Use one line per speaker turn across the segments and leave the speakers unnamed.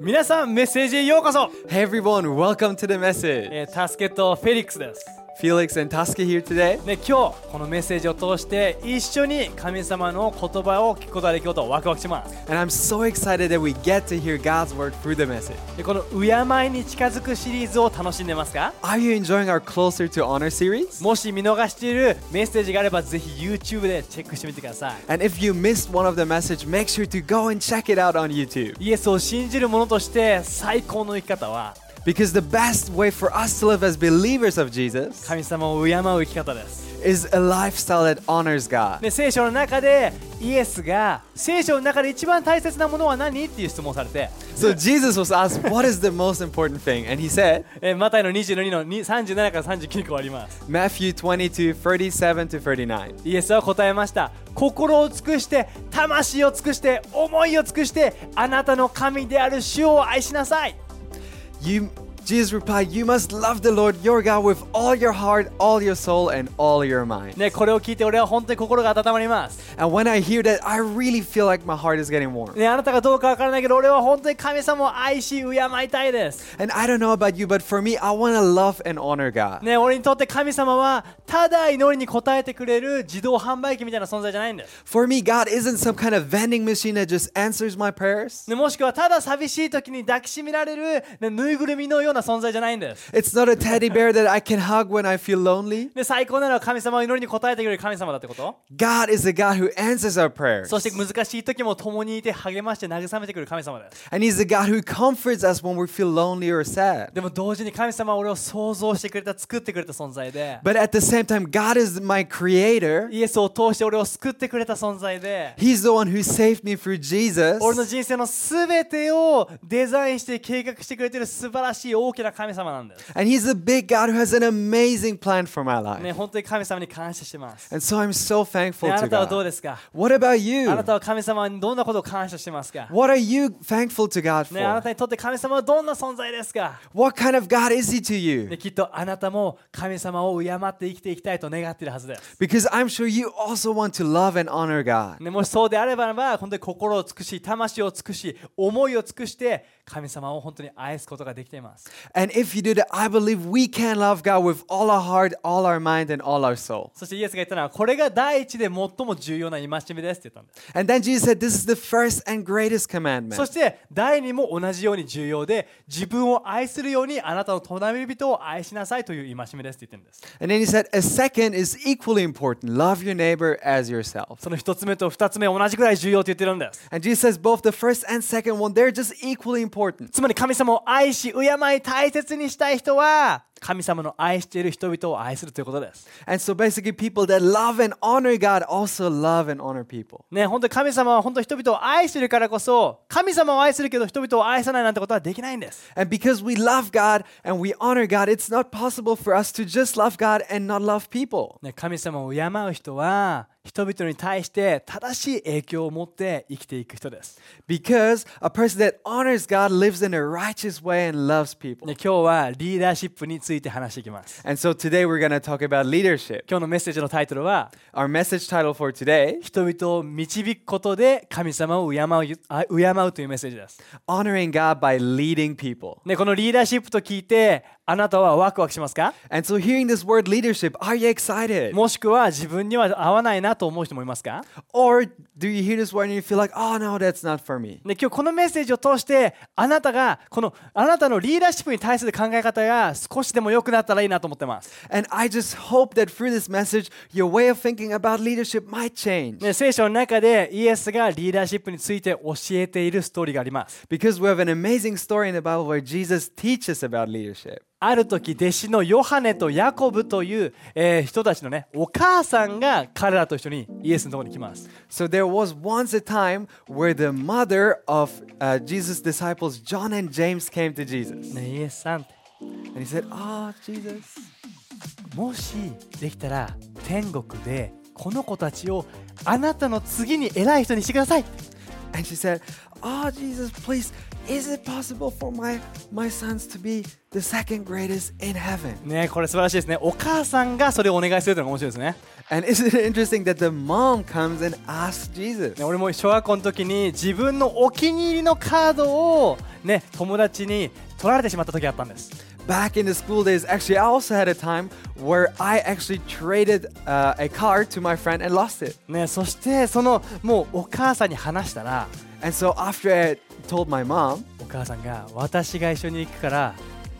皆さんメッセージへようこそ、
Hey everyone, welcome to the message.
えータスケとフェリックスです、
Felix and Tasca here today.
ね、今日このメッセージを通して一緒に神様の言葉を聞くことができることをワクワクします
And I'm so excited that we get to hear God's word through the message.
でこの「敬いに近づく」シリーズを楽しんでますか
Are you enjoying our Closer to Honor series?
もし見逃しているメッセージがあればぜひ YouTube でチェックしてみてくださ
And if you missed one of the message, make sure to go and check it out on YouTube.
いイエスを信じる者として最高の生き方は
Because the best way for us to live as believers of Jesus
神様を敬う生き方です、
is a lifestyle that honors God.
ね、聖書の中でイエスが聖書の中で一番大切なものは何っていう質問をされて
So Jesus was asked, what is the most important thing? And he said,
えーマタイの22の2 37から39に変わります
Matthew 22, 37 to 39.
イエスは答えました心を尽くして魂を尽くして思いを尽くしてあなたの神である主を愛しなさい
You, Jesus replied, You must love the Lord your God with all your heart, all your soul, and all your mind.
ねこれを聞いて俺は本当に心が温まります
And when I hear that, I really feel like my heart is getting warm.
ねあなたがどうかわからないけど俺は本当に神様を愛し敬いたいです
And I don't know about you, but for me, I want to love and honor God.
ね俺にとって神様はただ祈りに応えてくれる自動販売機みたいな存在じゃないんです、
For me, God isn't some kind of vending machine that just answers my prayers.
ね、もしくはただ寂しい時に抱きしめられる、ね、ぬいぐるみのような存在じゃないんです
It's not a teddy bear that I can hug when I feel lonely.
で最高なのは神様を祈りに応えてくれる神様だってこと
God is the God who answers our prayers.
そして難しい時も共にいて励まして慰めてくる神様です。
And He's the God who comforts us when we feel lonely or sad.
でも同時に神様は俺を想像してくれた、作ってくれた存在で、
But at the same time, God is my creator.
イエスを通して俺を救ってくれた存在で、
He's the one who saved me through Jesus.
俺の人生の全てをデザインして計画してくれてる素晴らしい大きな神様なんです。
And he's a big God who has an amazing plan for my
ね、
life.
本当に神様に感謝してます。
And so I'm so thankful
ねあ
to
なたはどう
God.
ですか
What about
あな
you?
たは神様にどんなことを感謝してますか
What are you thankful to God
ね、あな
for?
たにとって神様はどんな存在ですか、
What kind of God is he to
ね、
you?
きっとあなたも神様を敬って生きていきたいと願っているはずです。
Because I'm sure you also want to love and honor God.
ね、もしそうであればば、本当に心を尽くし、魂を尽くし、思いを尽くして、神様を本当に愛すことができています。
And if you do that, I believe we can love God with all our heart, all our mind, and all our soul.
そしてイエスが言ったのは、これが第一で最も重要な戒めですって言ったんです。
And then Jesus said, This is the first and greatest
そ
commandment.
して第二も同じように重要で、自分を愛するようにあなたの隣人を愛しなさいという戒めですって言ってるんです。
And then he said, A second is equally important love your neighbor as yourself.
その一つ目と二つ目同じくらい重要って言ってるんです。
And Jesus says, both the first and second one, they're just equally important.
つまり神様を愛し、敬い、大切にしたい人は、神様の愛している人々を愛するということです。
And so basically, people that love and honor God also love and honor people.
ね、本当に神様は本当に人々を愛してるからこそ神様を愛するけど人々を愛さないなんてことはできないんです、
And because we love God and we honor God, it's not possible for us to just love God and not love people.
ね、神様を敬う人は人々に対して正しい影響を持って生きていく人です、
Because a person that honors God lives in a righteous way and loves
ね、
people.
今日はリーダーシップについて話していきます
And so today we're going to talk about leadership.
今日のメッセージのタイトルは
Our message title for today
人々を導くことで神様を敬うあ敬うというメッセージです、
Honoring God by Leading People.
ね、このリーダーシップと聞いてあなたはワクワクしますか
And so, hearing this word leadership, are you excited?
もしくは自分には合わないなと思う人もいますか
Or do you hear this word and you feel like, oh no, that's not for me?
で今日このメッセージを通してあなたがこのあなたのリーダーシップに対する考え方が少しでも良くなったらいいなと思ってます、
And I just hope that through this message, your way of thinking about leadership might change.
ね、聖書の中でイエスがリーダーシップについて教えているストーリーがあります
Because we have an amazing story in the Bible where Jesus teaches about leadership.
ある時弟子のヨハネとヤコブという、えー人たちのねお母さんが彼らと一緒にイエスのところに来ます
So there was once a time where the mother of uh, Jesus' disciples, John and James, came to Jesus.
ねイエスさんって
And he said, Ah, Jesus,
もしできたら天国でこの子たちをあなたの次に偉い人にしてください
And she said, Oh, Jesus, please, is it possible for my, my sons to be the second greatest in heaven?
ねこれ素晴らしいですねお母さんがそれをお願いするというのが面白いですね
And isn't it interesting that the mom comes and asks Jesus?
ね俺も小学校の時に自分のお気に入りのカードをね友達に取られてしまった時があったんです
Back in the school days, actually, I also had a time where I actually traded uh, a card to my friend and lost it.
ねそしてそのもうお母さんに話したら
And so after I told my mom,
お母さんが私が一緒に行くから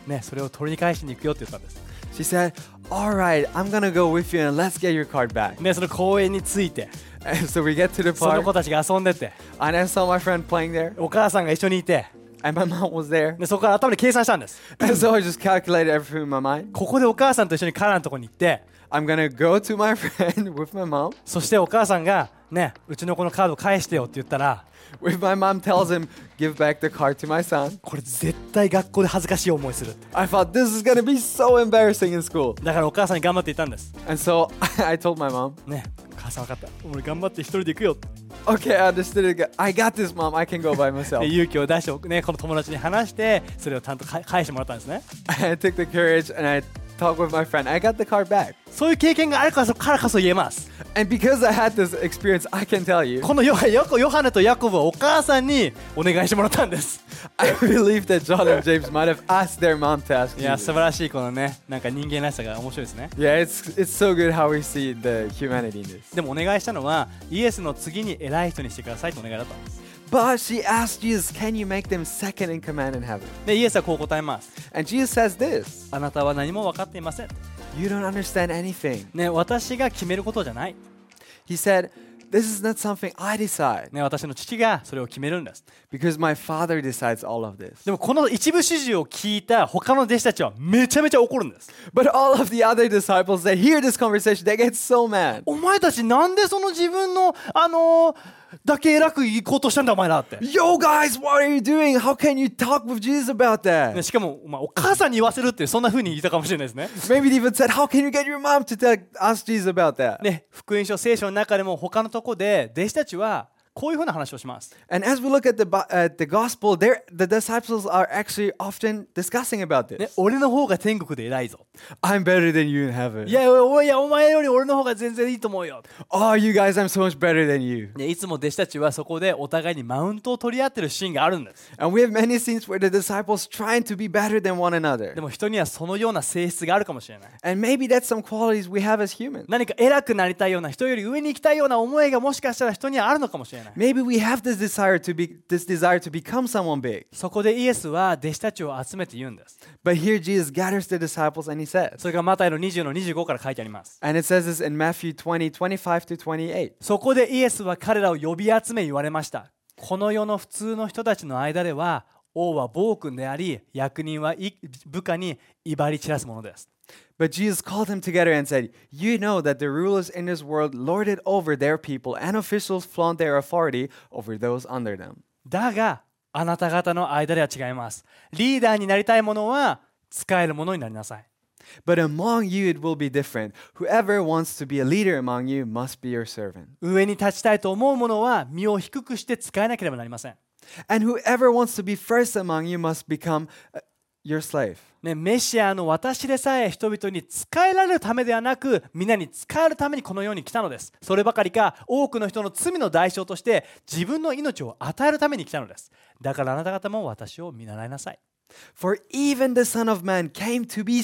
ねそれを取り返しに行くよって言ったんです
she said, All right, I'm gonna go with you and let's get your card back.
ねその公園に着いて
And so we get to the
その子
park,
たちが遊んでて
and I saw my friend playing there,
お母さんが一緒にいて
and my mom was there.
でそこから頭で計算したんです
And so I just calculated everything in my mind.
ここでお母さんと一緒にカナンのとこに行って
I'm gonna go to my friend with my mom.
そしてお母さんがねうちの子のカード返してよって言ったら
If my mom tells him, give back the card to my son,
これ絶対学校で恥ずかしい思いするって
I thought this is gonna be so embarrassing in school.
だからお母さんに頑張って言ったんです
And so I told my mom,
ねお母さん分かった俺頑張って一人で行くよって
okay, I understood it. I got this, mom. I can go by myself.
で勇気を出して、ね、この友達に話してそれをちゃんと返返してもらったんですね
I took the courage and I talked with my friend. I got the card back.
そういう経験があるからからこそ言えます
And because I had this experience, I can tell you,
このヨハヨコヨハネとヤコブはお母さんにお願いしてもらったんです
I believe that John and James might have asked their mom to ask
いや
Jesus.
素晴らしいこのねなんか人間らしさが面白いですね
Yeah, it's it's so good how we see the humanity in this.
でもお願いしたのはイエスの次に偉い人にしてくださいってお願いだったんです
But she asked Jesus, "Can you make them second in command in heaven?"
でイエスはこう答えます
And Jesus says this,
あなたは何も分かっていません
"You don't understand anything."
ね私が決めることじゃない
He said, "This is not something I decide
ね私の父がそれを決めるんです
because my Father decides all of this."
でもこの一部始終を聞いた他の弟子たちはめちゃめちゃ怒るんです
But all of the other disciples that hear this conversation, they get so mad.
お前たちなんでその自分のあのーだけ偉く行こうとしたんだお前らって、
Yo guys, what are you doing? How can you talk with Jesus about
ね
that?
しかもお前お母さんに言わせるっていうそんな風に言ったかもしれないですね
Maybe they even said, "How can you get your mom to tell, ask Jesus about that?"
ね福音書聖書の中でも他のとこで弟子たちはこういう風な話をします
And as we look at the Bi- at the gospel, there the disciples are actually often discussing about
ね
this.
俺の方が天国で偉いぞ
I'm better than you in heaven.
いやおいやお前より俺の方が全然いいと思うよ
Oh, you guys, I'm so much better than you.
ねいつも弟子たちはそこでお互いにマウントを取り合ってるシーンがあるんです
And we have many scenes where the disciples trying to be better than one another.
でも人にはそのような性質があるかもしれない
And maybe that's some qualities we have as humans.
何か偉くなりたいような人より上に行きたいような思いがもしかしたら人にはあるのかもしれない
Maybe we have this desire to be this desire to become someone big.
そこでイエスは弟子たちを集めて言うんです
But here Jesus gathers the disciples and he says,
それがマタイの20の25から書いてあります
and it says this in Matthew 20, 25 to 28.
そこでイエスは彼らを呼び集め言われましたこの世の普通の人たちの間では王は暴君であり役人はい部下に威張り散らすものです
But Jesus called them together and said, You know that the rulers in this world lord it over their people, and officials flaunt their authority over those under them.
だがあなた方の間では違いますリーダーになりたいものは使えるものになりなさい
But among you it will be different. Whoever wants to be a leader among you must be your servant.
上に立ちたいと思うものは身を低くして使えなければなりません
And whoever wants to be first among you must become uh, your slave.
ね、メシアの私でさえ人々に仕えられるためではなく皆に仕えるためにこの世に来たのですそればかりか多くの人の罪の代償として自分の命を与えるために来たのですだからあなた方も私を見習いなさい
For even the Son of Man came to be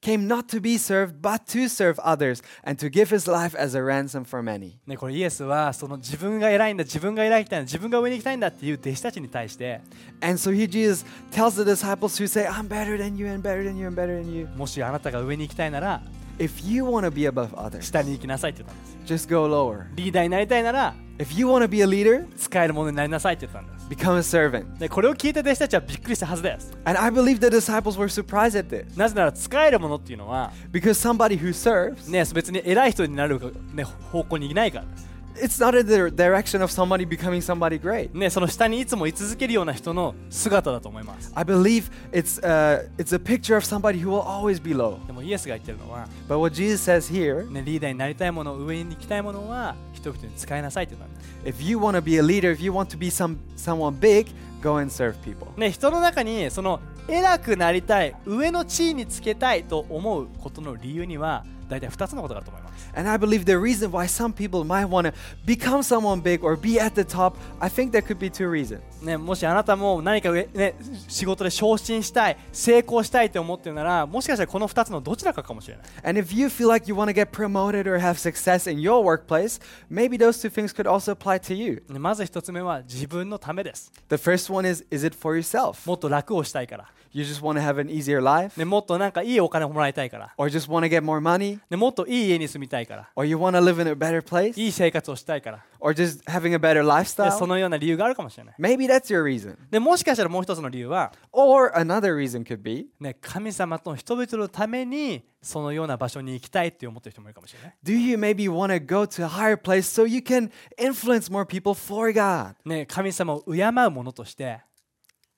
came not to be served, but to serve others, and to give his life as a ransom for many.
ね、これイエスはその自分が偉いんだ自分が偉いんだ自分が上に行きたいんだっていう弟子たちに対して
And so here Jesus tells the disciples who say, I'm better than you, and better than you, and better than you.
もしあなたが上に行きたいなら
If you want to be above others,
下に行きなさいって言ったんです
just go lower.
リーダーになりたいなら
If you want to be a leader,
使えるものになりなさいって言ったんです
become a servant.
でこれを聞いた弟子たちはびっくりしたはずです
And I believe the disciples were surprised at this
なぜなら使えるものっていうのは
because somebody who serves
ね、別に偉い人になる、ね、方向にいないからです
It's not in the direction of somebody becoming somebody great.
ね、その下にいつも居続けるような人の姿だと思います
I believe it's uh, it's a picture of somebody who will always be low.
でもイエスが言ってるのは、
But what Jesus says here,
ね、リーダーになりたいもの上に行きたいものは人々に使いなさいって言ったんです
if you want to be a leader, if you want to be some someone big, go and serve people.
ね、人の中にその偉くなりたい上の地位につけたいと思うことの理由には大体2つのことがあると思います
And I believe the reason why some people might want to become someone big or be at the top, I think there could be two reasons.
ね、もしあなたも何か上、ね、仕事で昇進したい成功したいと思ってるならもしかしたらこの2つのどちらかかもしれない
And if you feel like you want to get promoted or have success in your workplace, maybe those two things could also apply to you.
ねまず1つ目は自分のためです
The first one is is it for yourself?
もっと楽をしたいから、
You just want to have an easier life
ね、もっとなんかいいお金をもらいたいから、
or just want to get more money
ね、もっといい家に住みたいから
or you want to live in a better place
いい生活をしたいから、
or just having a better
ね、
lifestyle.
そのような理由があるかもしれない
Maybe that's your reason.
でもしかしたらもう一つの理由は、
Or another reason could be
ね、神様と人々のためにそのような場所に行きたいって思ってる人もいるかもしれない。
do you maybe want to go to a higher place so you can influence more people for God?
ね、神様を敬う者として、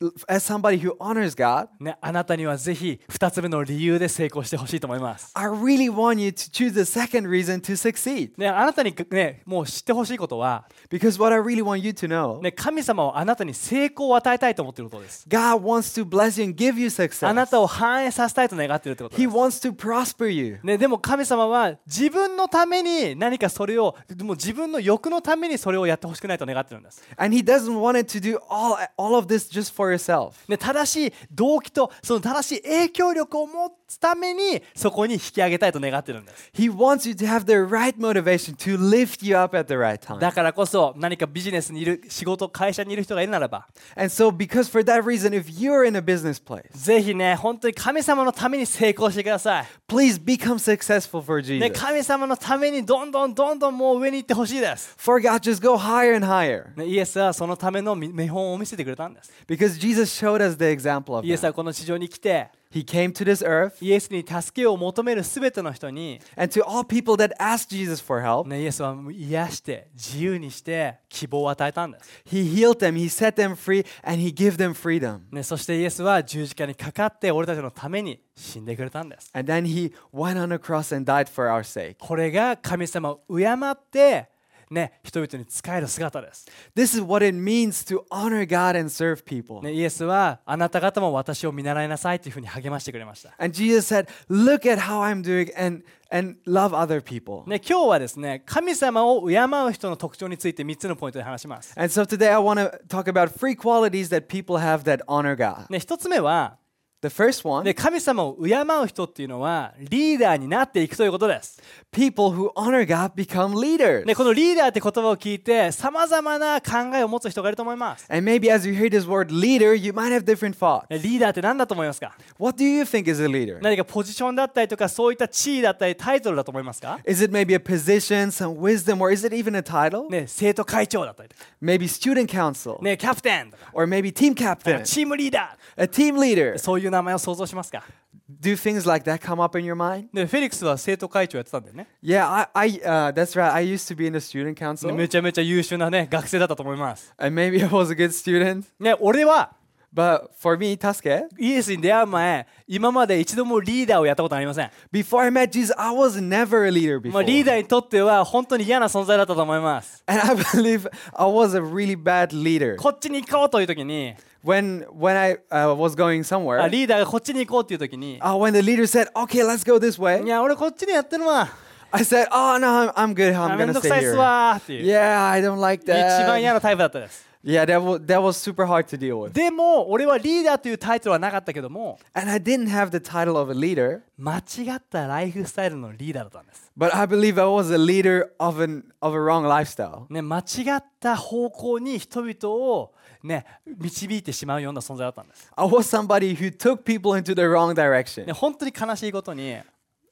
L- As somebody who honors God,
ね、あなたにはぜひ2つ目の理由で成功してほしいと思います。
I really want you to choose the second reason to succeed.
ね、あなたに、ね、もう知ってほしいことは、
Because what I really want you to know,
ね、神様をあなたに成功を与えたいと思っていることです。
God wants to bless you and give you
あな
success.
たを反映させたいと願っているってことで
He
す。
wants to prosper you.
ね、でも神様は自分のために何かそれをもう自分の欲のためにそれをやってほしくないと願ってるんです、
And he doesn't want it to do all all of this just for yourself.
ね、正しい動機とその正しい影響力を持つためにそこに引き上げたいと願ってるんです
He wants you to have the right motivation to lift you up at the right time.
だからこそ何かビジネスにいる仕事会社にいる人がいるならば
And so because for that reason if you're in a business place,
ぜひね本当に神様のために成功してくださ
please become successful for
い、ね、
Jesus.
神様のためにどんどんどんどんもう上に行ってほしいです、
For God just go higher and higher
ね、イエスはそのための見見本を見せてくれたんです
because Jesus showed us the example of
イエス
that.
はこの地上に来て
He came to this earth
イエスに助けを求めるすべての人に
and to all people that asked Jesus for help,
ね、イエスは癒して自由にして希望を与えたんです、
he healed them, he set them free and he gave them freedom.
ね、そしてイエスは十字架にかかって俺たちのために死んでくれたんです
And then he went on a cross and died for our sake.
これが神様を敬って、ね、人々に仕える姿です、
This is what it means to honor God and serve people.
ね、イエスはあなた方も私を見習いなさいというふうに励ましてくれました、
And Jesus said, "Look at how I'm doing and and love other people."
ね、今日はですね神様を敬う人の特徴について3つのポイントで話します、
And so today I want to talk about three qualities that people have that honor God.
ね、1つ目は、
The first one,
ね、神様を敬う人っていうのはリーダーになっていくということです
people who honor God become leaders.
ね、このリーダーって言葉を聞いてさまざまな考えを持つ人がいると思います。
And maybe as you hear this word leader, you might have different thoughts.
ねリーダーって何だと思いますか
What do you think is a leader?
何かポジションだったりとかそういった地位だったりタイトルだと思いますか、
Is it maybe a position, some wisdom, or is it even a title?
ね、生徒会長だったりとか、
Maybe student council,
ね、キャプテンとか
or maybe team captain,
チームリーダ
a team leader.
ーそういう名前を想像しますか、
Do things like that come up in your mind?
ね、フェリックスは生徒会長やってたんだよね。
Yeah, I, I uh, that's right. I used to be in the student
ね
council,
めちゃめちゃ優秀な、ね、学生だったと思います。
and maybe I was a good student.
ね、俺は
But for me, Tasuke,
イエスに出会う前今まで一度もリーダーをやったことありません、
before I met Jesus, I was never a leader
ま
before.
あ、リーダーにとっては本当に嫌な存在だったと思います
And I believe I was a really bad leader.
こっちに行こうという時に
When when I uh, was going
あ
somewhere,
リーダーがこっちに行こうっていう時に
uh, when the leader said, "Okay, let's go this
い
way,"
や俺こっちでやってるわ
I said, "Oh no, I'm, I'm good.
あ
I'm
めん
gonna
どくさ
stay
いっす
here."
わーっていう、
Yeah, I don't like
一番嫌
that.
なタイプだったです
Yeah, that was that was super hard to deal with.
でも俺はリーダーというタイトルはなかったけども
And I didn't have the title of a leader,
間違ったライフスタイルのリーダーだったんです、
but I believe I was a leader of an of a wrong lifestyle.
ね、間違った方向に人々をね導いてしまうような存在だったんです、
I was somebody who took people into the wrong direction.
ね、本当に悲しいことに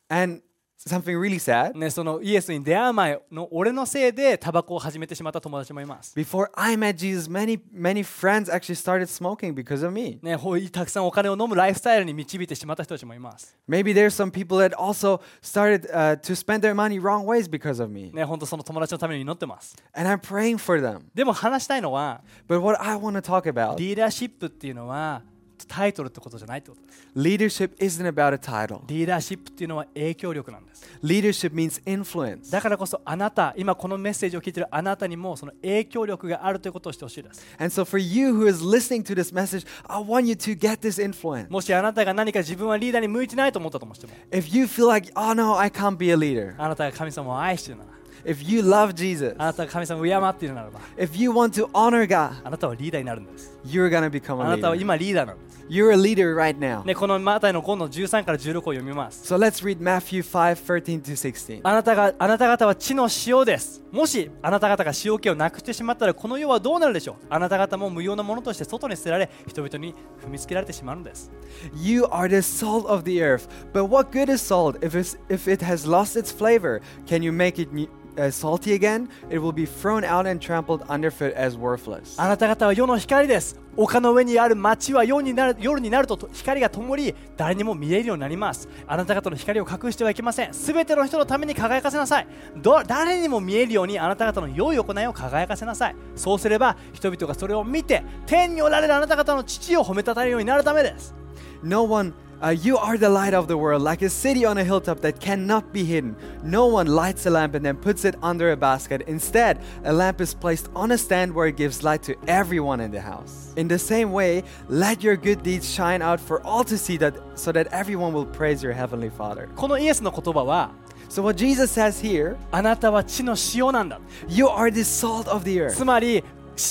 And something really sad.
ね、そのイエスに出会う前の俺のせいでタバコを始めてしまった友達もいます。
Before I met Jesus, many many friends actually started smoking because of me.
ね、ほいたくさんお金を飲むライフスタイルに導いてしまった人たちもいます。
Maybe there's some people that also started uh, to spend their money wrong ways because of me.
ね、本当その友達のために祈ってます。
And I'm praying for them.
でも話したいのは、
But what I want to talk about,
リーダーシップっていうのはタイトルってことじゃないってことです。
leadership isn't about a title.
リーダーシップっていうのは影響力なんです。
Leadership means influence.
だからこそあなた、今このメッセージを聞いているあなたにもその影響力があるということをしてほしいです。
And so for you who is listening to this message, I want you to get this influence.
もしあなたが何か自分はリーダーに向いてないと思ったともしても、
If you feel like, oh no, I can't be a leader.
あなたが神様を愛しているなら、
If you love Jesus.
あなたが神様を敬っているならば、
If you want to honor God,
あなたはリーダーになるんです。
you're going to become
あ
a
なたは
leader.
今リーダーなんです。
You're a leader right now.
ね、このマタイの5の13から16を読みます。
So let's read Matthew 5 13 to 16.
あなたがあなた方は地の塩です。もしあなた方が塩気をなくしてしまったらこの世はどうなるでしょうあなた方も無用なものとして外に捨てられ人々に踏みつけられてしまうんです。
You are the salt of the earth. But what good is salt if, it's, if it has lost its flavor? Can you make it ne- uh, salty again? It will be thrown out and trampled underfoot as worthless.
あなた方は世の光です。丘の上にある町は夜になる夜になるとと光が灯り誰にも見えるようになります。あなた方の光を隠してはいけません。すべての人のために輝かせなさいど。誰にも見えるようにあなた方の良い行いを輝かせなさい。そうすれば人々がそれを見て天におられるあなた方の父を褒めたたえるようになるためです。
No one, uh, you are the light of the world, like a city on a hilltop that cannot be hidden. No one lights a lamp and then puts it under a basket. Instead, a lamp is placed on a stand where it gives light to everyone in the house. In the same way, let your good deeds shine out for all to see that so that everyone will praise your heavenly Father.
このイエスの言葉は
So what Jesus says here,
あなたは地の塩なんだ
you are the salt of the
つ
earth.
まり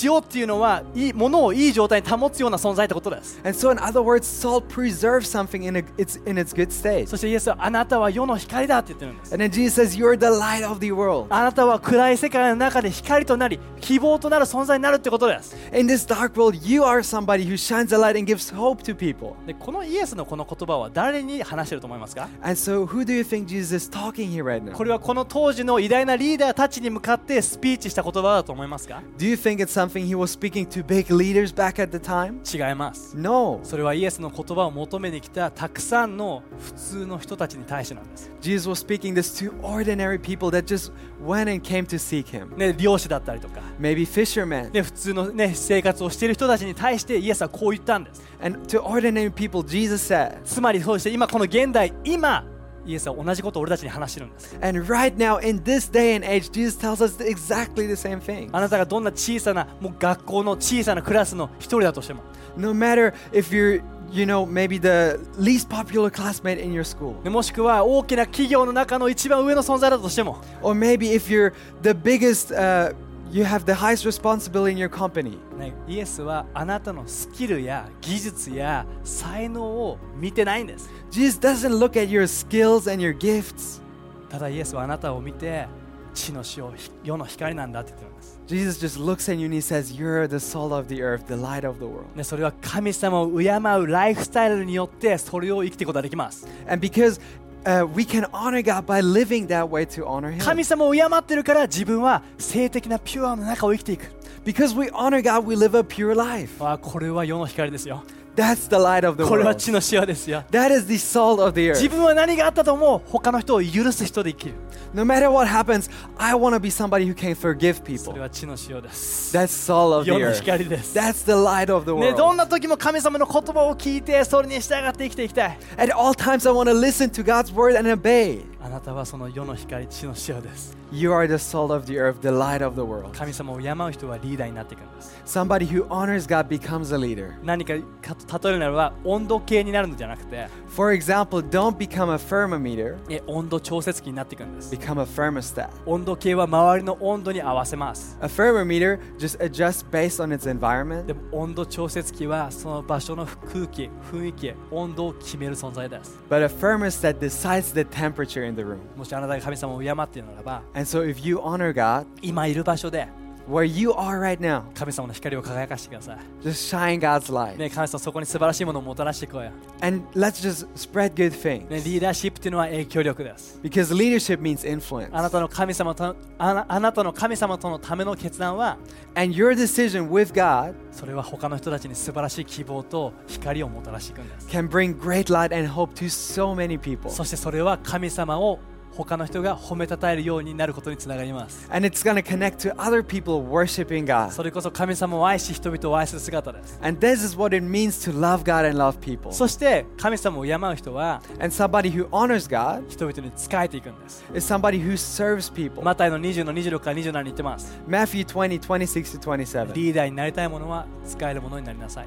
塩っていうのはいいものをいい状態に保つような存在ってことです
And so in other words, salt preserves something in, a, its, in its good state.
そしてイエスはあなたは世の光だって言ってるんです
And then Jesus says, you're the light of the world.
あなたは暗い世界の中で光となり希望となる存在になるってことです
In this dark world, you are somebody who shines a light and gives hope to people.
でこのイエスのこの言葉は誰に話してると思いますか
And so, who do you think Jesus is talking here right now?
これはこの当時の偉大なリーダーたちに向かってスピーチした言葉だと思いますか
Do you think it's something he was speaking to big leaders back at the time?
違います
No.
それはイエスの言葉を求めに来たたくさんの普通の人たちに対してなんです
Jesus was speaking this to ordinary people that just went and came to seek him.
ね漁師だったりとか
Maybe fishermen.
ね、普通の、ね、生活をしている人たちに対してイエスはこう言ったんです
And to ordinary people, Jesus said,
つまりそうして今この現代今イエスは同じことを俺たちに話してるんです
and right now, in this day and age, Jesus tells us exactly the same thing.
あなたがどんな小さなもう学校の小さなクラスの一人だとしても
No matter if you're, you know, maybe the least popular classmate in your school.
ねもしくは大きな企業の中の一番上の存在だとしても
Or maybe if you're the biggest, uh, you have the highest responsibility in your company.
ね、イエスはあなたのスキルや技術や才能を見てないんです
Jesus doesn't look at your skills and your gifts.
ただイエスはあなたを見て地の塩ひ世の光なんだって言ってるんです
Jesus just looks at you and he says, You're the salt of the earth, the light of the world.
ね、それは神様を敬うライフスタイルによってそれを生きていくことができます
And because uh, we can honor God by living that way to honor
神
Him.
様を敬ってるから自分は性的なピュアの中を生きていく
Because we honor God, we live a pure life.
あこれは世の光ですよ
That's the light of the
これは
world.
地の塩ですよ
That is the salt of the
自
earth.
分は何があったと思う他の人を許す人で生きる
No matter what happens, I want to be somebody who can forgive
それ
people.
は地の塩です
That's salt of
世
the
の
earth.
光です、ね、
That's the light of the
どん
world.
な時も神様の言葉を聞いてそれに従って生きていきたい
At all times, I want to listen to God's word and obey.
あなたはその世の光地の塩です
You are the salt of the earth, the light of the world.
神様を敬う人はリーダーになっていくんです
Somebody who honors God becomes a leader.
何かか例えるならば温度計になるのじゃなくて
For example, don't become a thermometer,
え温度調節器になっていくんです
become a thermostat.
温度計は周りの温度に合わせます
A thermometer just adjusts based on its
で
environment,
も温度調節器はその場所の空気雰囲気温度を決める存在です
but a thermostat decides the temperature in the room.
もしあなたが神様を敬っているならば
And so, if you honor God,
今いる場所で
where you are right now.
神様の光を輝かしてください
Just shine God's light.
ね神様そこに素晴らしいものをもたらしていこうよ、
And let's just spread good things.
ね、リーダーシップっていうのは影響力です
Because leadership means influence.
あなたの神様とあなあなたの神様とのための決断は
And your decision with God
それは他の人たちに素晴らしい希望と光をもたらしていくんです
can bring great light and hope to so many people.
そしてそれは神様を他の人が褒めたたえるようになることにつながります
And it's going to connect to other people worshiping God.
それこそ神様を愛し人々を愛する姿です
And this is what it means to love God and love people.
そして神様を敬う人は
And somebody who honors God
人々に仕えていくんです
is somebody who serves people.
マタイの20の26から27に言ってます
Matthew 20, 26 to 27.
リーダーになりたいものは使えるものになりなさい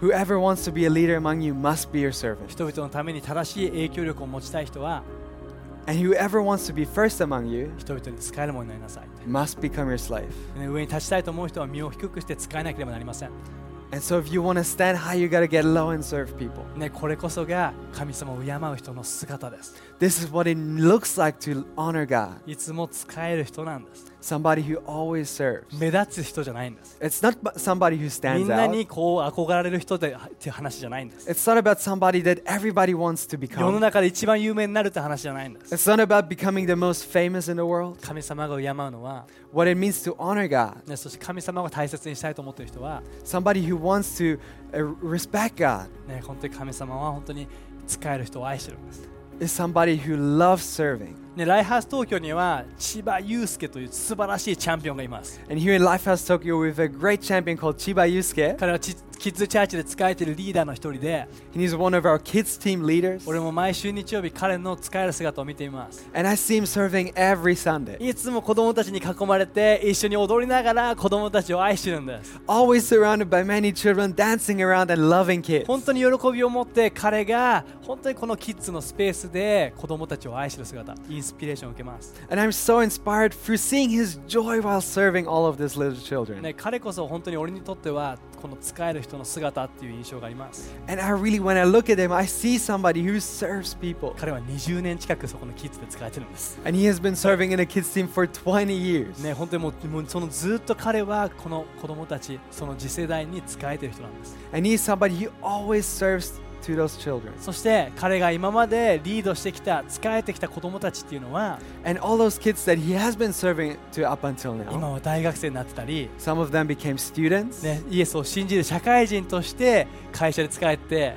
Whoever wants to be a leader among you must be your servant.
人々のために正しい影響力を持ちたい人は
And whoever wants to be first among you
人々に使えるものになりなさい
must become your slave.
ね上に立ちたいと思う人は身を低くして使えなければなりません、
And so if you want to stand high, you got to get low and serve people.
ね、これこそが神様を敬う人の姿です
This is what it looks like to honor God.
いつも使える人なんです
Somebody who always serves.
目立つ人じゃないんです
It's not about somebody who
み
stands
んな
out.
にこう憧れる人でっていう話じゃないんです
It's not about somebody that everybody wants to
世の
become.
中で一番有名になるって話じゃないんです
It's not about becoming the most famous in the world.
神様が敬うのは、
What it means to honor God.
ね、そして神様が大切にしたいと思っている人は、
Somebody who wants to uh, respect God
ね、本当に神様は本当に使える人を愛してるんです、
is somebody who loves serving.
ね、ライハース東京には千葉雄介という素晴らしいチャンピオンがいます
And here in Lifehouse Tokyo, we have a great champion called Chiba Yusuke.
彼はチキッズチャーチで使えているリーダーの一人で
And he's one of our kids' team leaders.
俺も毎週日曜日彼の使える姿を見ています
And I see him serving every Sunday,
いつも子供たちに囲まれて一緒に踊りながら子供たちを愛してるんです
always surrounded by many children, dancing around and loving kids.
本当に喜びを持って彼が本当にこのキッズのスペースで子供たちを愛してる姿インスピレーションを受けます、
And I'm so inspired through seeing his joy while serving all of these little children.
ね、彼こそ本当に俺にとってはこの使える人の姿っていう印象があります
And I really, when I look at him, I see somebody who serves people.
彼は20年近くそこのキッズで使えてるんです
And he has been serving in a kids team for 20 years.
ね、本当にもうもうそのずっと彼はこの子供たちその次世代に使えてる人なんです
And he is somebody who always serves to those children.
そして彼が今までリードしてきた使えてきた子供たちっていうのは
And all those kids that he has been serving to up until
今
now,
は大学生になってたり、
some of them became students,
ね、イエスを信じる社会人として会社で使えて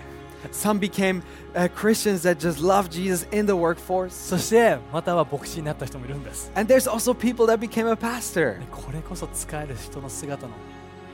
some became uh, Christians that just love Jesus in the workforce.
そしてまたは牧師になった人もいるんです
And there's also people that became a pastor.
ねこれこそ使える人の姿の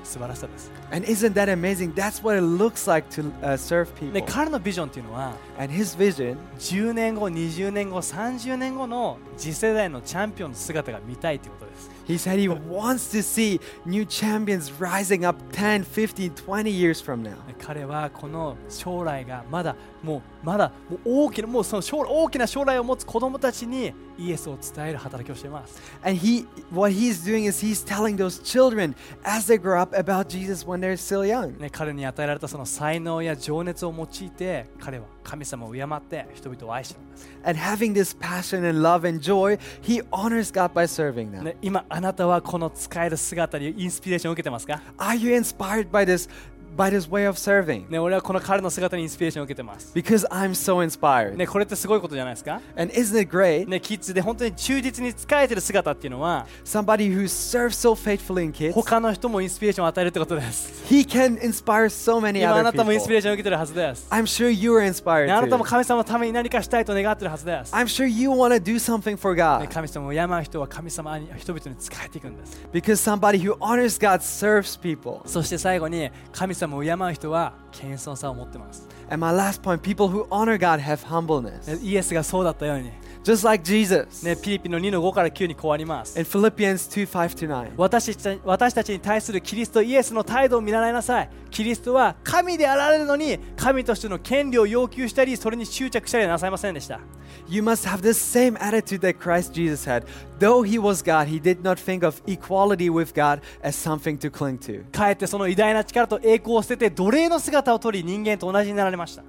素晴らしさです、
And isn't that amazing? That's what it looks like to uh, serve
ね、
people.
彼のビジョンっていうのは
And his vision
10年後20年後30年後の次世代のチャンピオンの姿が見たいということです
He said he wants to see new champions rising up 10, 15, 20 years from now.
ね彼はこの将来がまだもうまだもう大きなもうその将来大きな将来を持つ子供たちにイエスを伝える働きをしています
And he what he's doing is he's telling those children as they grow up about Jesus when they're still young.
ね、彼に与えられたその才能や情熱を用いて彼は神様を敬って人々を愛してるんです、
And having this passion and love and joy, he honors God by serving them.
ね、今あなたはこの使える姿にインスピレーションを受けてますか、
Are you inspired by this by this way of serving?
ね、俺はこの彼の姿にインスピレーションを受けてます、
Because I'm so inspired.
ね、これってすごいことじゃないですか、
And isn't it great?
ね、キッズで本当に忠実に使えてる姿っていうのは
Somebody who serves so faithfully in kids,
他の人もインスピレーションを与えるってことです
he can inspire so many
今あ
other
なたもインスピレー
people.
ションを受けてるはずです、
I'm sure you are inspired.
ね、あなた
too.
も神様のために何かしたいと願ってるはずです、
I'm sure you want to do something for
ね
God
神様を敬う人は神様に人々に仕えていくんです
because somebody who honors God serves people.
そして最後に神様を敬う人は謙遜さを持ってます。
And my last point people who honor God have humbleness,
ねイエスがそうだったように、
just like Jesus
ね、ピリピの2の5から9にこうあります。
in Philippians 2 5 to 9.
私たち私たちに対するキリストイエスの態度を見習いなさい。キリストは神であられるのに神としての権利を要求したりそれに執着したりはなさいませんでした。
You must have the same attitude that Christ Jesus had. Though he was God, he did not think of equality with God as something to cling to.
かえってその偉大な力と栄光を捨てて奴隷の姿を取り人間と同じになられました。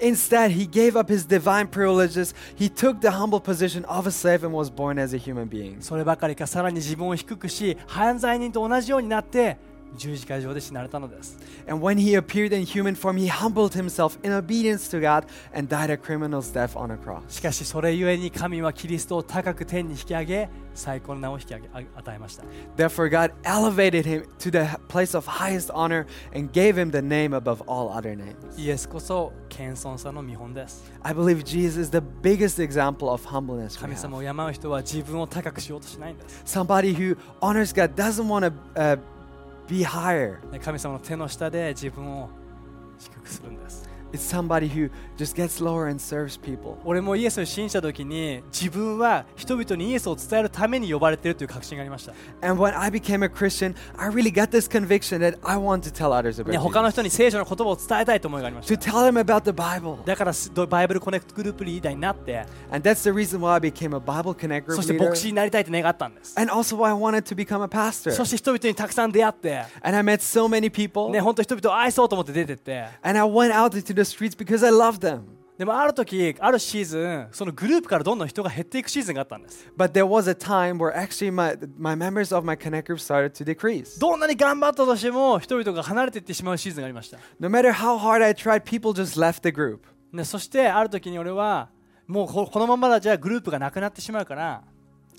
Instead, he gave up his divine privileges, he took the humble position of a slave and was born as a human being.
そればかりかさらに自分を低くし犯罪人と同じようになって十字架上で死なれたのです
And when he appeared in human form, he humbled himself in obedience to God and died a criminal's death on a cross.
しかしそれゆえに神はキリストを高く天に引き上げ最高の名を引き上げあ与えました
Therefore, God elevated him to the place of highest honor and gave him the name above all other names.
イエスこそ謙遜さの見本です
I believe Jesus is the biggest example of humbleness. We
神様
have.
を敬う人は自分を高くしようとしないんです
Somebody who honors God doesn't want to uh, be higher.
ね神様の手の下で自分を低くするんです
It's somebody who just gets lower and serves people.
俺もイエスに信じた時に自分は人々にイエスを伝えるために呼ばれているという確信がありました、
And when I became a Christian, I really got this conviction that I want to tell others
ね、
about
他の
Jesus,
人に聖書の言葉を伝えたいと思いがありまし
to
た
tell them about the Bible.
だからすバイブルコネクトグループリーダーになって
And that's the reason why I became a Bible Connect
そ
group
して牧師
leader.
になりたいって願ったんです
And also why I wanted to become a pastor.
そして人々にたくさん出会って、
And I met so many people.
ね、本当人々を愛そうと思って出てって、
And I went out into the streets because I loved them.
でもある時、あるシーズン、そのグループからどんどん人が減っていくシーズンがあったんです。
But there was a time where actually my, my members of my Connect group started to decrease.
どんなに頑張ったとしても、人々が離れていってしまうシーズンがありました。
No matter how hard I tried, people just left the group.
ね、そしてある時に俺は、もうここのままだじゃグループがなくなってしまうから、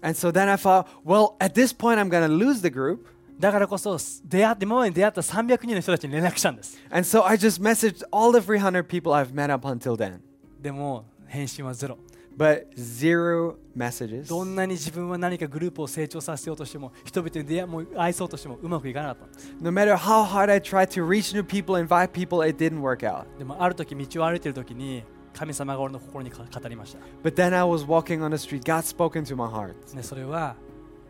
And so then I thought, well, at this point, I'm going to lose the group.
だからこそ出会って今までに出会った300人の人たちに連絡したんです。
And so I just messaged all the 300 people I've met up until then.
でも返信はゼロ。
But zero messages.
どんなに自分は何かグループを成長させようとしても、人々に出会もう愛そうとしてもうまくいかなかったんです。
No matter how hard I tried to reach new people, invite people, it didn't work out.
でもある時道を歩いてる時に神様が俺の心に語語りました、
But then I was walking on the street. God spoke into my heart.
ね、それは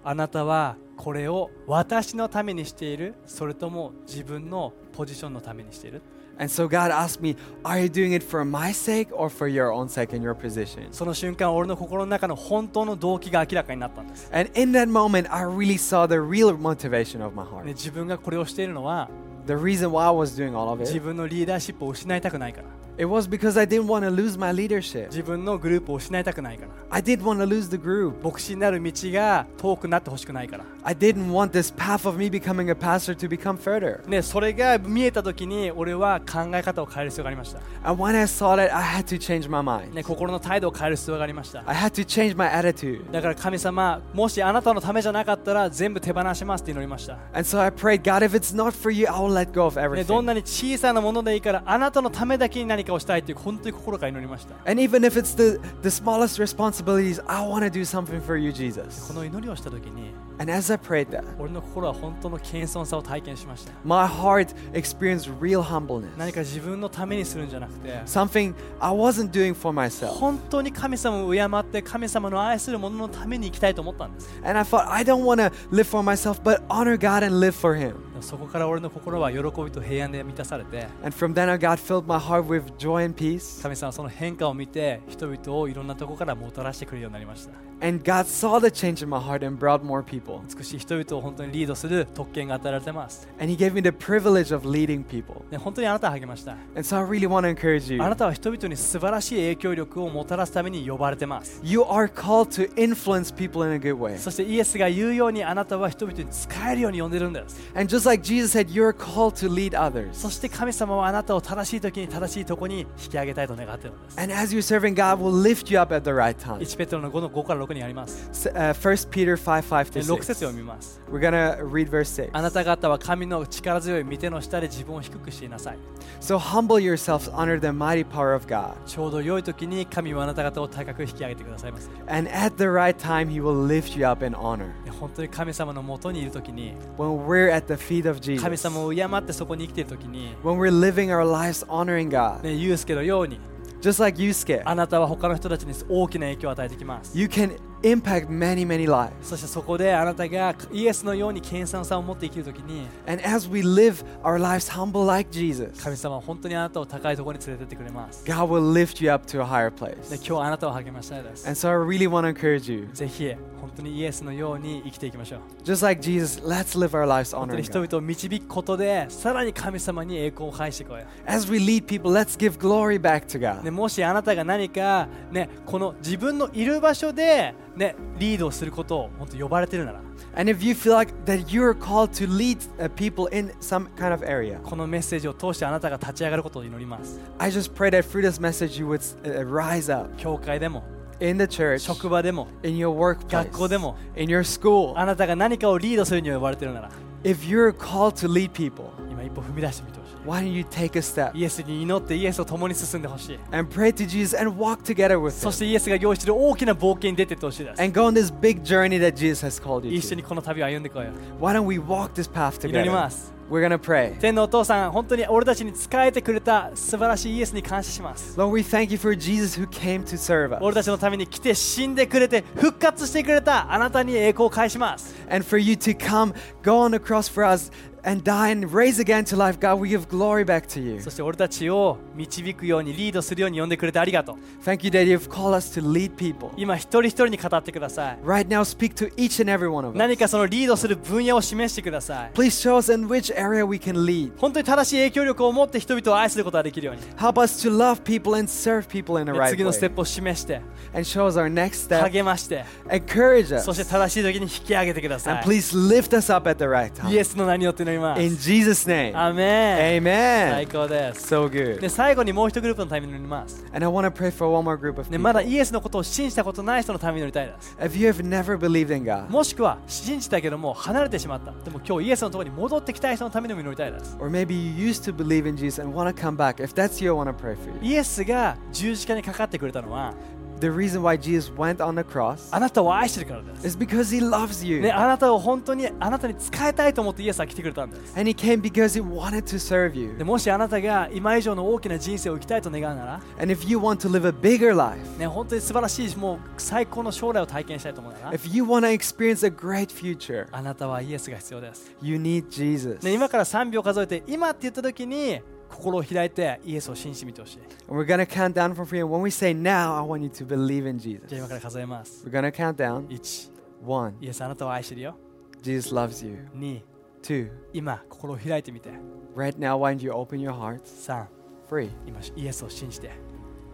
あなたはこれを私のためにしているそれとも自分のポジションのためにしている
And so God asked me, Are you doing it for my sake or for your own sake and your position?
その瞬間俺の心の中の本当の動機が明らかになったんです、
And in that moment, I really saw the real motivation of my
ね、
heart.
自分がこれをしているのは
The reason why I was doing all of
自
it,
分のリーダーシップを失いたくないから
it was because I didn't want to lose my leadership.
自分のグループを失いたくないから
I didn't want to lose the group.
牧師になる道が遠くなってほしくないから、
I didn't want this path of me becoming a pastor to become further.
ね、それが見えた時に俺は考え方を変える必要がありました、
And when I saw that, I had to change my mind.
ね、心の態度を変える必要がありました
I had to change my attitude.
だから神様、もしあなたのためじゃなかったら全部手放しますって祈りました。
And so I prayed, God, if it's not for you, I will let go of
ね、どん
everything.
なに小さなものでいいからあなたのためだけに何かをしたいっていう本当に心から祈りました。
And even if it's the, the smallest responsibilities, I want to do something for you, Jesus.
この祈りをした時に
And as I prayed that,
俺の心は本当の謙遜さを体験しました。
my heart experienced real
何
humbleness.
か自分のためにするんじゃなくて
Something I wasn't doing for myself.
本当に神様を敬って神様の愛するもののために生きたいと思ったんです。
And I thought, I don't want to live for myself, but honor God and live for Him.
そこから俺の心は喜びと平安で満たされて
And from then on, God filled my heart with joy and peace.
神様はその変化を見て人々をいろんなとこからもたらしてくれるようになりました。
And God saw the change in my heart and brought more people.
美しい人々を本当にリードする特権が与えられてます。
And He gave me the privilege of leading people.
ね、本当にあなたを励ました。
And so I really want to encourage
あ
you.
なたは人々に素晴らしい影響力をもたらすために呼ばれてます。
You are called to influence people in a good way.
そしてイエスが言うようにあなたは人々に使えるように呼んでるんです。
And just like Jesus said, you're called to lead
そ
others.
して神様はあなたを正しい時に正しいとこに引き上げたいと願ってるんです。
And as you're serving God, will lift you up at the right time.
1ペテロの5の5から6にあります。
S- Uh, 1 Peter 5 5
で
to
6節読み
6.
ます。
We're going to read verse 6.
あなた方は神の力強い御手の下で自分を低くしていなさい。
So humble yourselves under the mighty power of God.
ちょうど良い時に神はあなた方を高く引き上げてくださいます。
And at the right time, He will lift you up in honor.
で本当に神様のもとにいる時に
When we're at the feet of
神
Jesus,
様を敬ってそこに生きている時に
when we're living our lives honoring God,
ね、ユースケのように
just like you, Yusuke,
あなたは他の人たちに大きな影響を与えてきます。
you can impact many, many lives.
そしてそこであなたがイエスのように謙遜さを持って生きるときに
And as we live our lives humble like Jesus,
神様は本当にあなたを高いところに連れてってくれますで
God will lift you up to a higher place.
今日あなたを励ましたいです
And so I really want to encourage you,
ぜひ本当にイエスのように生きていきましょう
just like Jesus, let's live our lives
本当に
honoring
人
God.
々を導くことでさらに神様に栄光を返していこうよ
As we lead people, let's give glory back to
ね、
God.
もしあなたが何か、ね、この自分のいる場所で、ね、リードをすることを本当呼ばれてるなら
And if you feel like that you're called to lead uh, people in some kind of area,
このメッセージを通してあなたが立ち上がることを祈ります
I just pray that through this message you would uh, rise up
教会でも
in the church,
職場でも
in your workplace,
学校でも
in your school.
あなたが何かをリードするに呼ばれてるなら
If you're called to lead people,
今一歩踏み出してみてほし
why don't you take a step
いイエスに祈ってイエスと共に進んでほしい
and pray to Jesus and walk together with
そ
Him
してイエスが用意している大きな冒険に出てってほしいです
and go on this big journey that Jesus has called you
一緒
to?
にこの旅を歩んでこいよ
Why don't we walk this path
祈り
together?
ます
We're gonna pray.
天のお父さん本当に俺たちに仕えてくれた素晴らしいイエスに感謝します
Lord, we thank you for Jesus who came to serve
俺た
us
ちのために来て死んでくれて復活してくれたあなたに栄光を返します
and for you to come, go on the cross for us and die and raise again to life. God, we give glory back to you.
そして俺たちを導くようにリードするように呼んでくれてありがとう
Thank you that you've called us to lead people.
今一人一人に語ってください
Right now, speak to each and every one of
何
us.
かそのリードする分野を示してください
Please show us in which area we can lead.
本当に正しい影響力を持って人々を愛することができるように
Help us to love people and serve people in the
で
right
次のステッ
way.
プを示して
And show us our next step.
励まして
Encourage
そして
us.
正しい時に引き上げてくださ
And
い
please lift us up at the right
イエ
time.
スの名によって祈ります
In Jesus' name.
アーメン最
Amen.
高です
So
で
good.
最後にもう一グループのために祈ります、
And I want to pray for one more group of
ね、まだ
people.
イエスのことを信じたことない人のために祈りたいです
If you have never believed in God,
もしくは信じたけども離れてしまったでも今日イエスのところに戻ってきたい人のためにも祈りたいです
or maybe you used to believe in Jesus and want to come back, if that's you, I want to pray for you.
イエスが十字架にかかってくれたのは
The reason why Jesus went on the cross
あなたを愛してるからです、
is because he loves you.
ね、あなたを本当にあなたに仕えたいと思ってイエスは来てくれたんです
And he came because he wanted to serve
で
you.
もしあなたが今以上の大きな人生を生きたいと願うなら、
And if you want to live a bigger life,
ね、本当に素晴らしいもう最高の将来を体験したいと思うなら
if you want to experience a great future,
あなたはイエスが必要です、
you need Jesus.
ね、今から3秒数えて今って言った時に心を開いてイエスを信じてみてほしい
And we're going to count down from three. And when we say now, I want you to believe in
じゃあ今
Jesus.
から数えます
We're going to count down.
1
One,
イエスあなたを愛してるよ
Jesus loves you.
2
Two,
今心を開いてみて
right now, why don't you open your hearts?
3
Three,
今イエスを信じて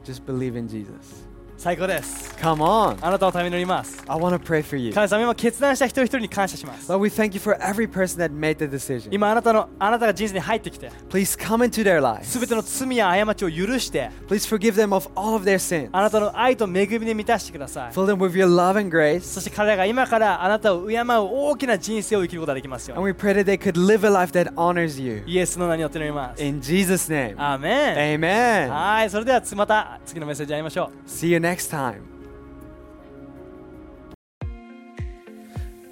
just believe in Jesus.
最高です
Come on.
あなたのために乗ります
I want to pray for you.
神様今決断した一人一人に感謝します
Lord, we thank you for every person that made the decision.
今あなたのあなたが人生に入ってきて
Please come into their
す
lives.
べての罪や過ちを許して
Please forgive them of all of their sins.
あなたの愛と恵みで満たしてください
Fill them with your love and grace.
そして彼らが今からあなたを敬う大きな人生を生きることができますよ
And
う
we pray that they could live a life that honors you.
にイエスの名によって祈ります
In Jesus' name.
アーメン
Amen.
はいそれではつまた次のメッセージ会いましょう
See you next time.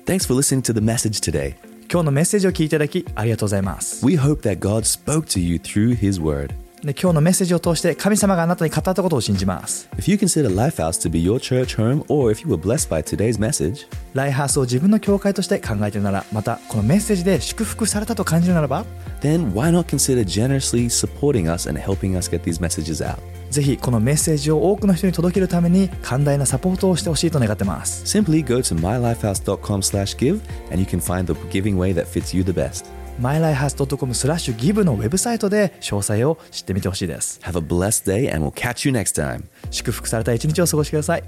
Thanks for listening to the message today.
今日のメッセージを聞いていただきありがとうございます
We hope that God spoke to you through His Word.
で今日のメッセージを通して神様があなたに語ったことを信じます
If you consider Lifehouse to be your church home, or if you were blessed by today's message,
ライハースを自分の教会として考えているならまたこのメッセージで祝福されたと感じるならば
then why not consider generously supporting us and helping us get these messages out?
ぜひこのメッセージを多くの人に届けるために寛大なサポートをしてほしいと願ってます
Simply go to mylifehouse.com/give and you can find the giving way that fits you the best.
mylifehouse.com スラッシュギブのウェブサイトで詳細を知ってみてほしいです
Have a blessed day and we'll catch you next time.
祝福された一日を過ごしてください